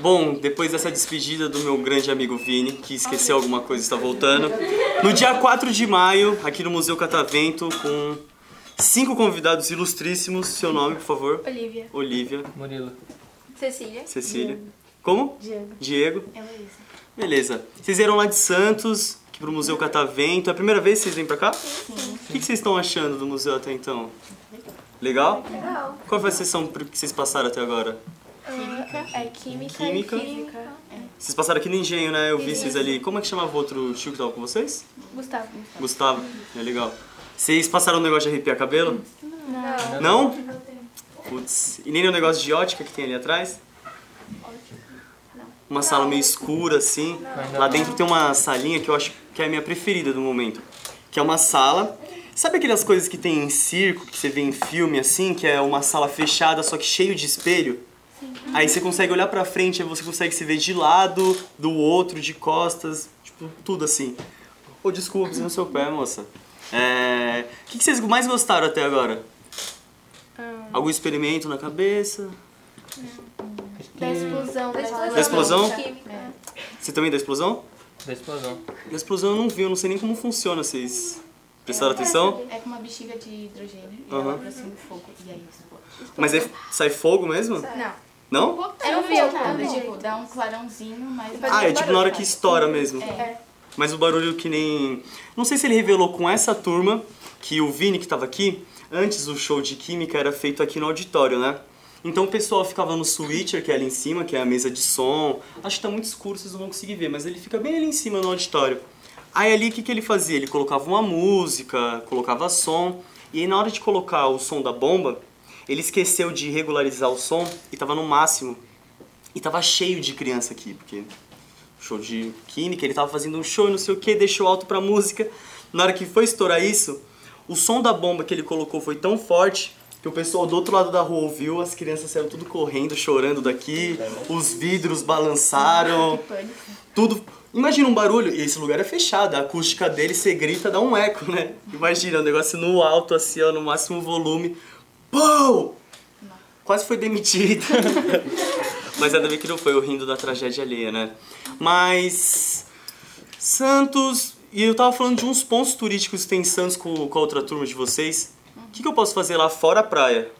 Bom, depois dessa despedida do meu grande amigo Vini, que esqueceu alguma coisa e está voltando, no dia 4 de maio, aqui no Museu Catavento, com cinco convidados ilustríssimos. Seu nome, por favor? Olivia, Olivia, Murilo. Cecília, Cecília. Como? Diego, Diego. É Heloísa. Beleza. Vocês vieram lá de Santos, aqui pro Museu Catavento. É a primeira vez que vocês vêm pra cá? Sim. O que que vocês estão achando do museu até então? Legal? Legal. Qual foi a sessão pr- que vocês passaram até agora? Química. É química. Química. E física. É. Vocês passaram aqui no engenho, né? Eu vi vocês ali. Como é que chamava o outro tio que tava com vocês? Gustavo. Gustavo. É legal. Vocês passaram um negócio de arrepiar cabelo? Não. Não? Putz. E nem o negócio de ótica que tem ali atrás? Uma sala meio escura, assim. Mas Lá dentro tem uma salinha que eu acho que é a minha preferida do momento. Que é uma sala. Sabe aquelas coisas que tem em circo, que você vê em filme assim, que é uma sala fechada, só que cheio de espelho? Aí você consegue olhar pra frente, aí você consegue se ver de lado, do outro, de costas, tipo, tudo assim. Ô, desculpa, pisei no seu pé, moça. É... O que que vocês mais gostaram até agora? Algum experimento na cabeça? Acho que Da explosão. Da Da É explosão? É. Você também da explosão? Da explosão. Da explosão eu não vi, eu não sei nem como funciona, vocês prestaram atenção? É com uma bexiga de hidrogênio e Aham. ela aproxima o fogo e aí explode. Mas aí sai fogo mesmo? Não, Não? Eu não vi, eu não vi. é tipo, dá um clarãozinho, mas um né? Ah, é tipo na hora que estoura mesmo. É. Mas o barulho que nem. Não sei se ele revelou com essa turma que o Vini que tava aqui, antes o show de química era feito aqui no auditório, né? Então o pessoal ficava no switcher, que é ali em cima, que é a mesa de som. Acho que tá muito escuro, vocês não vão conseguir ver, mas ele fica bem ali em cima no auditório. Aí ali o que, que ele fazia? Ele colocava uma música, colocava som, e aí na hora de colocar o som da bomba, ele esqueceu de regularizar o som e tava no máximo. E tava cheio de criança aqui, porque show de química, ele tava fazendo um show, e não sei o que, deixou alto pra música. Na hora que foi estourar isso, o som da bomba que ele colocou foi tão forte que o pessoal do outro lado da rua ouviu, as crianças saíram tudo correndo, chorando daqui, os vidros balançaram, tudo. Imagina um barulho, e esse lugar é fechado, a acústica dele, você grita, dá um eco, né? Imagina, um negócio no alto, assim, ó, no máximo volume. Pau! Quase foi demitido. Mas ainda bem que não foi eu rindo da tragédia alheia, né? Mas. Santos. E eu tava falando de uns pontos turísticos que tem em Santos com, com a outra turma de vocês. O que, que eu posso fazer lá fora a praia?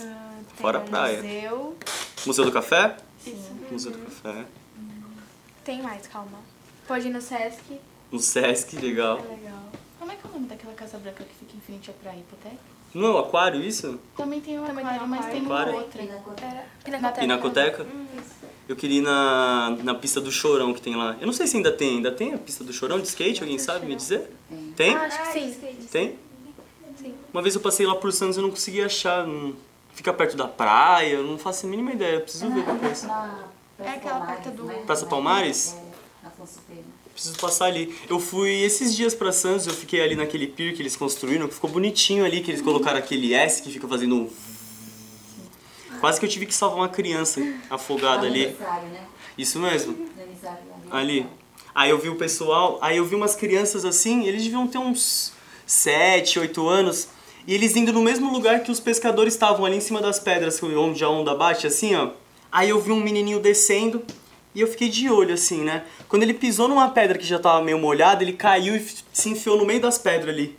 Ah, Fora a praia. Museu, Museu do Café? Museu do Café. Tem mais, calma. Pode ir no Sesc. No Sesc, legal. É legal. como é que é o nome daquela casa branca que fica em frente à praia hipoteca? Não é o aquário isso? Também tem um Também aquário, tem um mas tem uma aquário. outra. Era... Pinacoteca. Hum, Pinacoteca? Eu queria ir na, na pista do Chorão que tem lá. Eu não sei se ainda tem. Ainda tem a pista do Chorão de skate? Alguém sabe me dizer? Tem? Ah, acho que sim. Tem? Sim. Uma vez eu passei lá por Santos e eu não consegui achar. Não- Fica perto da praia, eu não faço a mínima ideia, eu preciso Ah, ver depois. É aquela parte do- né? Praça Palmares? Afonso Pena. Preciso passar ali. Eu fui esses dias pra Santos, eu fiquei ali naquele pier que eles construíram, que ficou bonitinho ali, Uhum. que eles colocaram aquele S que fica fazendo um. Quase que eu tive que salvar uma criança afogada Ah, é. ali. Aniversário, né? Isso mesmo, Aniversário ali. ali. Aí eu vi o pessoal, aí eu vi umas crianças assim, eles deviam ter uns 7, 8 anos, e eles indo no mesmo lugar que os pescadores estavam, ali em cima das pedras, onde a onda bate, assim, ó. Aí eu vi um menininho descendo, e eu fiquei de olho, assim, né? Quando ele pisou numa pedra que já tava meio molhada, ele caiu e f- se enfiou no meio das pedras ali.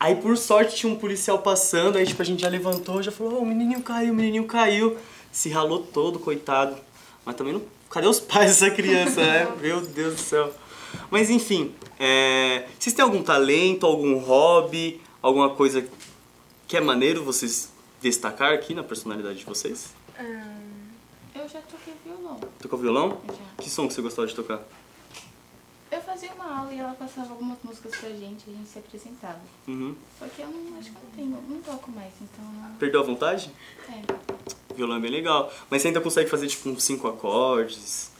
Aí, por sorte, tinha um policial passando, aí, tipo, a gente já levantou, já falou, "Ó, o menininho caiu, o menininho caiu. Se ralou todo, coitado. Mas também não... Cadê os pais dessa criança, né? Meu Deus do céu. Mas, enfim, é, vocês têm algum talento, algum hobby, alguma coisa que é maneiro vocês destacar aqui na personalidade de vocês? Eu já toquei violão. Tocar violão? eu já. Que som que você gostava de tocar? Eu fazia uma aula e ela passava algumas músicas pra gente, a gente se apresentava. Uhum. Só que eu não acho que eu não tenho, não toco mais, então Perdeu a vontade? é. Violão é bem legal. Mas você ainda consegue fazer, tipo, uns cinco acordes,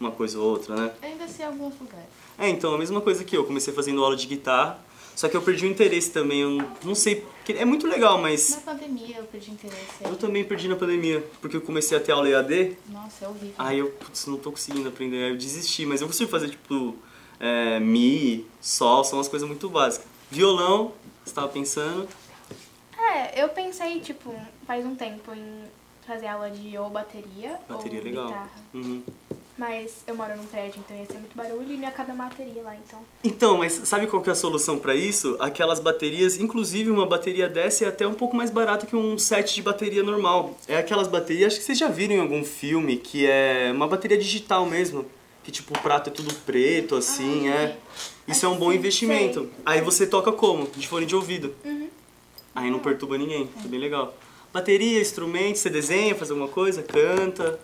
uma coisa ou outra, né? Ainda sei alguns lugares. É, então, a mesma coisa que eu. Comecei fazendo aula de guitarra. Só que eu perdi o interesse também, eu não- não sei. porque É muito legal, Na mas pandemia eu perdi interesse. é. eu também perdi na pandemia, porque eu comecei a ter aula EAD, Nossa, é horrível. aí eu, putz, não tô conseguindo aprender, aí eu desisti, mas eu consigo fazer tipo é, Mi, Sol, são umas coisas muito básicas. Violão, você tava pensando, É, eu pensei, tipo, faz um tempo em fazer aula de ou bateria, bateria ou legal. guitarra. Uhum. Mas eu moro num prédio, então ia ser muito barulho e minha casa é uma bateria lá, então. Então, mas sabe qual que é a solução pra isso? Aquelas baterias, inclusive uma bateria dessa é até um pouco mais barata que um set de bateria normal. É aquelas baterias, acho que vocês já viram em algum filme, que é uma bateria digital mesmo. Que tipo, o prato é tudo preto, assim, Ah, é. Isso é um bom investimento. Aí você toca como? De fone de ouvido. Aí não perturba ninguém, é bem legal. Bateria, instrumento, você desenha, faz alguma coisa, canta.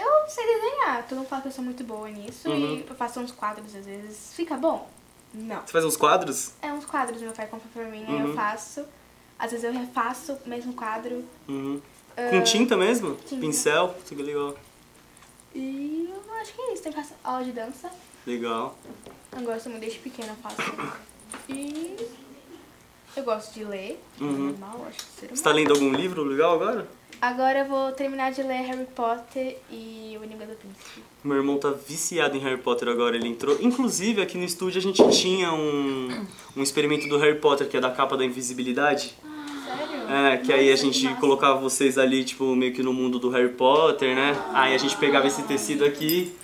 Eu sei desenhar, todo mundo fala que eu sou muito boa nisso Uhum. e eu faço uns quadros às vezes. Fica bom? Não. Você faz uns quadros? É uns quadros, meu pai compra pra mim, aí Uhum. eu faço. Às vezes eu refaço o mesmo quadro. ah, Uhum. Com tinta mesmo? tinta. Pincel? Isso que é legal. E eu acho que é isso. Tem que faço aula de dança. Legal. Eu gosto muito desde pequena, eu faço. E eu gosto de ler. Uhum. É normal, acho que ser Você tá humano. lendo algum livro legal agora? Agora eu vou terminar de ler Harry Potter e o Enigma do Príncipe. Meu irmão tá viciado em Harry Potter agora, ele entrou. Inclusive, aqui no estúdio a gente tinha um, um experimento do Harry Potter, que é da capa da invisibilidade. Sério? É, que aí a gente colocava vocês ali, tipo, meio que no mundo do Harry Potter, né? Aí a gente pegava esse tecido aqui.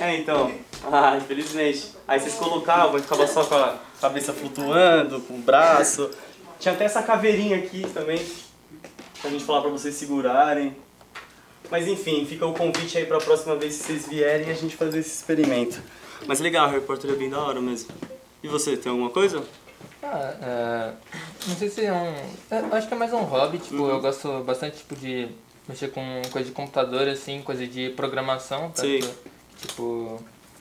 É, então. Ah, infelizmente. Aí vocês colocavam e ficava só com a cabeça flutuando, com o braço. Tinha até essa caveirinha aqui também, pra gente falar pra vocês segurarem. Mas enfim, fica o convite aí pra próxima vez que vocês vierem a gente fazer esse experimento. Mas legal, Harry Potter é bem da hora mesmo. E você, tem alguma coisa? Ah, é, não sei se é um. é, eu acho que é mais um hobby, tipo, eu gosto bastante tipo, de mexer com coisa de computador, assim, coisa de programação. tanto Sim. que, Tipo.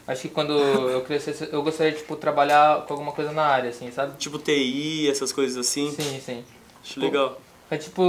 Acho que quando eu crescesse, eu gostaria de tipo, trabalhar com alguma coisa na área, assim, sabe? Tipo TI, essas coisas assim. Sim, sim. Acho legal. É tipo.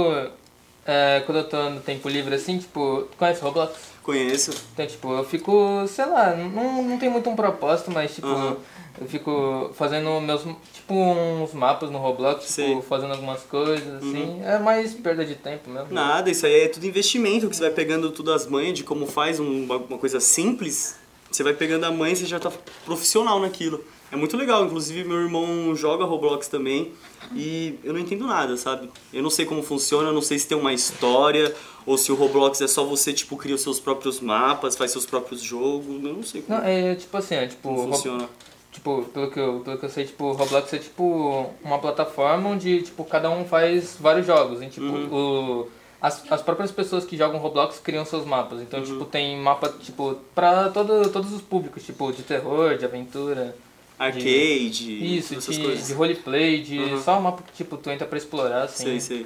é, quando eu tô no tempo livre, assim, tipo. Tu conhece Roblox? Conheço. Então, tipo, eu fico, sei lá, não, não tem muito um propósito, mas, tipo, Aham. eu fico fazendo meus, tipo, uns mapas no Roblox, Sei. tipo, fazendo algumas coisas, Uhum. assim. É mais perda de tempo mesmo. Nada, isso aí é tudo investimento, que você vai pegando tudo as manhas de como faz um- uma, uma coisa simples. Você vai pegando a manha e você já tá profissional naquilo. É muito legal, inclusive meu irmão joga Roblox também e eu não entendo nada, sabe? Eu não sei como funciona, eu não sei se tem uma história ou se o Roblox é só você, tipo, cria os seus próprios mapas, faz seus próprios jogos, eu não sei como, Não, é tipo assim, é, tipo, como Rob- funciona. tipo pelo, que eu, pelo que eu sei, tipo, Roblox é, tipo, uma plataforma onde, tipo, cada um faz vários jogos, e, tipo, Uhum. o... As, as próprias pessoas que jogam Roblox criam seus mapas. Então, Uhum. tipo, tem mapa, tipo, pra todo, todos os públicos, tipo, de terror, de aventura. Arcade, Isso, essas de, coisas. de roleplay, de Uhum. só um mapa que tipo, tu entra pra explorar, assim. Sei, sei.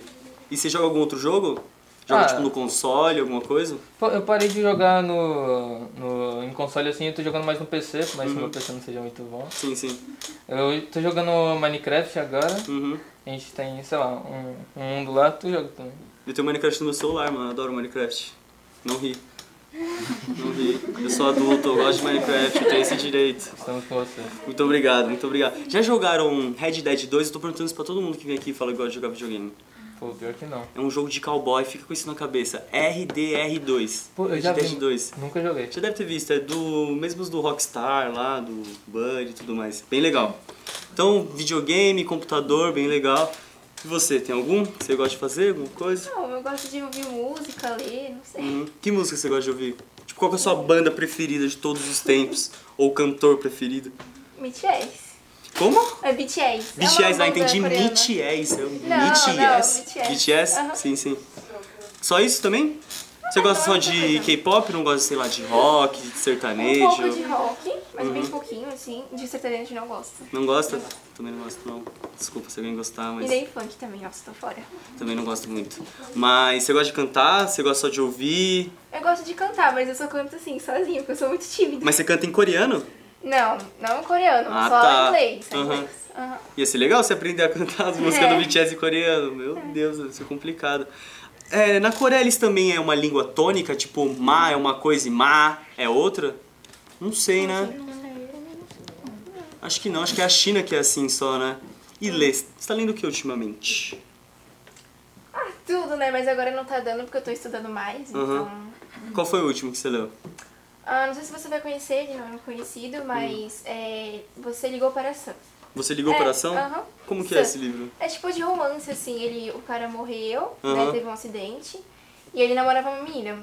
E você joga algum outro jogo? Joga, Ah. tipo, no console, alguma coisa? Pô, Eu parei de jogar no, no, em console assim, eu tô jogando mais no PC, por Uhum. mais que meu PC não seja muito bom. Sim, sim. Eu tô jogando Minecraft agora, Uhum. a gente tem, sei lá, um, um mundo lá, tu joga também. Eu tenho Minecraft no meu celular, mano. Eu adoro Minecraft. Não ri. Não ri. Eu sou adulto, eu gosto de Minecraft, eu tenho esse direito. Estamos com você. Muito obrigado, muito obrigado. Já jogaram Red Dead 2? Eu tô perguntando isso pra todo mundo que vem aqui e fala que gosta de jogar videogame. Pô, pior que não. É um jogo de cowboy, fica com isso na cabeça. RDR2. Pô, eu Red já Dead vi. 2. Nunca joguei. Você deve ter visto, é do mesmos do Rockstar lá, do Bud e tudo mais. Bem legal. Então, videogame, computador, bem legal. E você, tem algum que você gosta de fazer? Alguma coisa? Não, eu gosto de ouvir música, ler, não sei. Uhum. Que música você gosta de ouvir? Tipo, qual que é a sua banda preferida de todos os tempos? Ou cantor preferido? BTS. Como? É BTS. é uma BTS, ah, banda entendi. coreana. BTS. É um não, BTS. BTS. BTS? Aham. Ah, Sim, sim. Só isso também? Você gosta só de K-pop? Não gosta, sei lá, de rock, de Um sertanejo? pouco de rock, mas Uhum. bem pouquinho, assim. De sertanejo não gosto. Não gosta? Também não gosto, não. Desculpa se alguém gostar, E mas nem funk também, nossa, tô fora. também não gosto muito. Mas você gosta de cantar? Você gosta só de ouvir? Eu gosto de cantar, mas eu só canto assim, sozinha, porque eu sou muito tímida. Mas você canta em coreano? Não, não coreano, Ah, só tá. inglês. só Aham. inglês. Aham. Ia ser legal você aprender a cantar as músicas É. do BTS em coreano. Meu Deus, deve ser complicado. É, na Coreia eles também é uma língua tônica, tipo, ma é uma coisa e ma é outra? Não sei, né? Acho que não, acho que é a China que é assim só, né? E Lê, você tá lendo o que ultimamente? Ah, tudo, né? Mas agora não tá dando porque eu tô estudando mais, Uhum. então... Qual foi o último que você leu? Ah, não sei se você vai conhecer, ele não é um conhecido, mas é, você ligou para a Sam. Você Hum. ligou É, para ação? aham. Como que é Sam. esse livro? É tipo de romance, assim, ele, o cara morreu, Aham. né, teve um acidente, e ele namorava uma menina.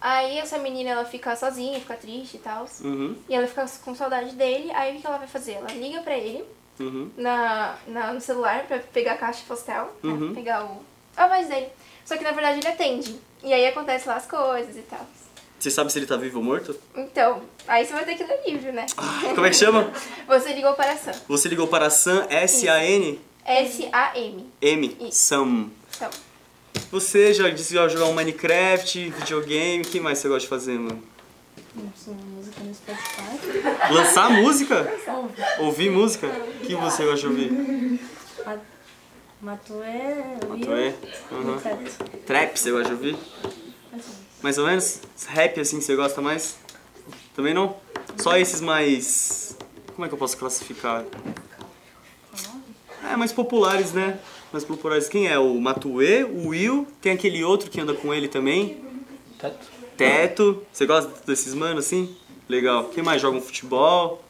Aí essa menina, ela fica sozinha, fica triste e tal, Uhum, e ela fica com saudade dele, aí o que ela vai fazer? Ela liga pra ele uhum, na, na- no celular pra pegar a caixa postal, né, Uhum. pegar o, a voz dele. Só que na verdade ele atende, e aí acontece lá as coisas e tal. Você sabe se ele tá vivo ou morto? Então, aí você vai ter que ler livro, né? Como é que chama? Você ligou para a Sam. Você ligou para Sam, S-A-N? S-A-M. M, Isso. Sam. Então, Você já disse que vai jogar um Minecraft, videogame, o que mais você gosta de fazer, mano? música no Spotify. Lançar música? Salve. Ouvir música? O que você gosta de ouvir? Matuê. Matuê? Aham. Trap você gosta de ouvir? Mais ou menos? Rap assim você gosta mais? Também não? Só esses mais. Como é que eu posso classificar? É, mais populares, né? Mais populares. Quem é? O Matuê, o Will, tem aquele outro que anda com ele também. Teto? Teto. Você gosta desses manos assim? Legal. Quem mais? Joga um futebol?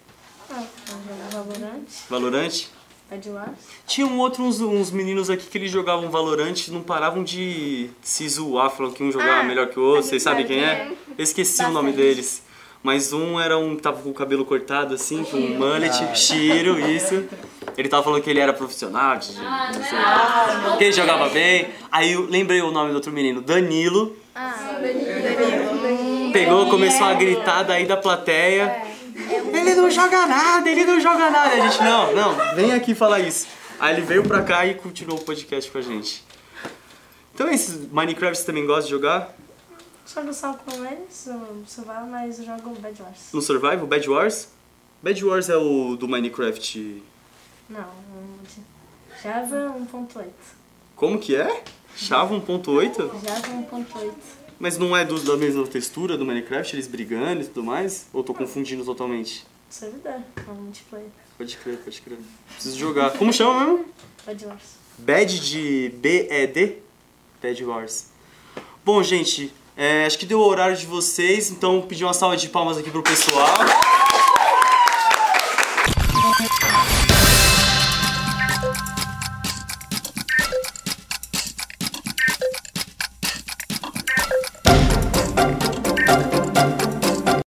Valorante. Valorante? É Bad Wars. Tinha um outro, uns, uns meninos aqui que eles jogavam Valorant e não paravam de se zoar, falando que um jogava Ah, melhor que o outro, a vocês gente sabem sabe quem quem é? Eu esqueci o nome Bastante. deles. Mas um era um que tava com o cabelo cortado assim, com um mullet, Shiro, isso. Ele tava falando que ele era profissional, de, não sei, que ele jogava bem. Aí eu lembrei o nome do outro menino, Danilo. Pegou, começou a gritar daí da plateia. Ele não joga nada, ele não joga nada. A gente, não, não, vem aqui falar isso. Aí ele veio pra cá e continuou o podcast com a gente. Então é isso, Minecraft você também gosta de jogar? Jogo só com eles, o Survival, mas jogo Bad Wars. No Survival, Bad Wars? Bad Wars é o do Minecraft. Não, um de- Java 1.8. Como que é? Java 1.8? Java 1.8. Mas não é do- da mesma textura do Minecraft, eles brigando e tudo mais? Ou tô confundindo totalmente? Servidor, é um multiplayer. Pode crer, pode crer. Preciso jogar. Como chama mesmo? Bad Wars. Bad de B-E-D? Bad Wars. Bom, gente, é, acho que deu o horário de vocês, então pedir uma salva de palmas aqui pro pessoal.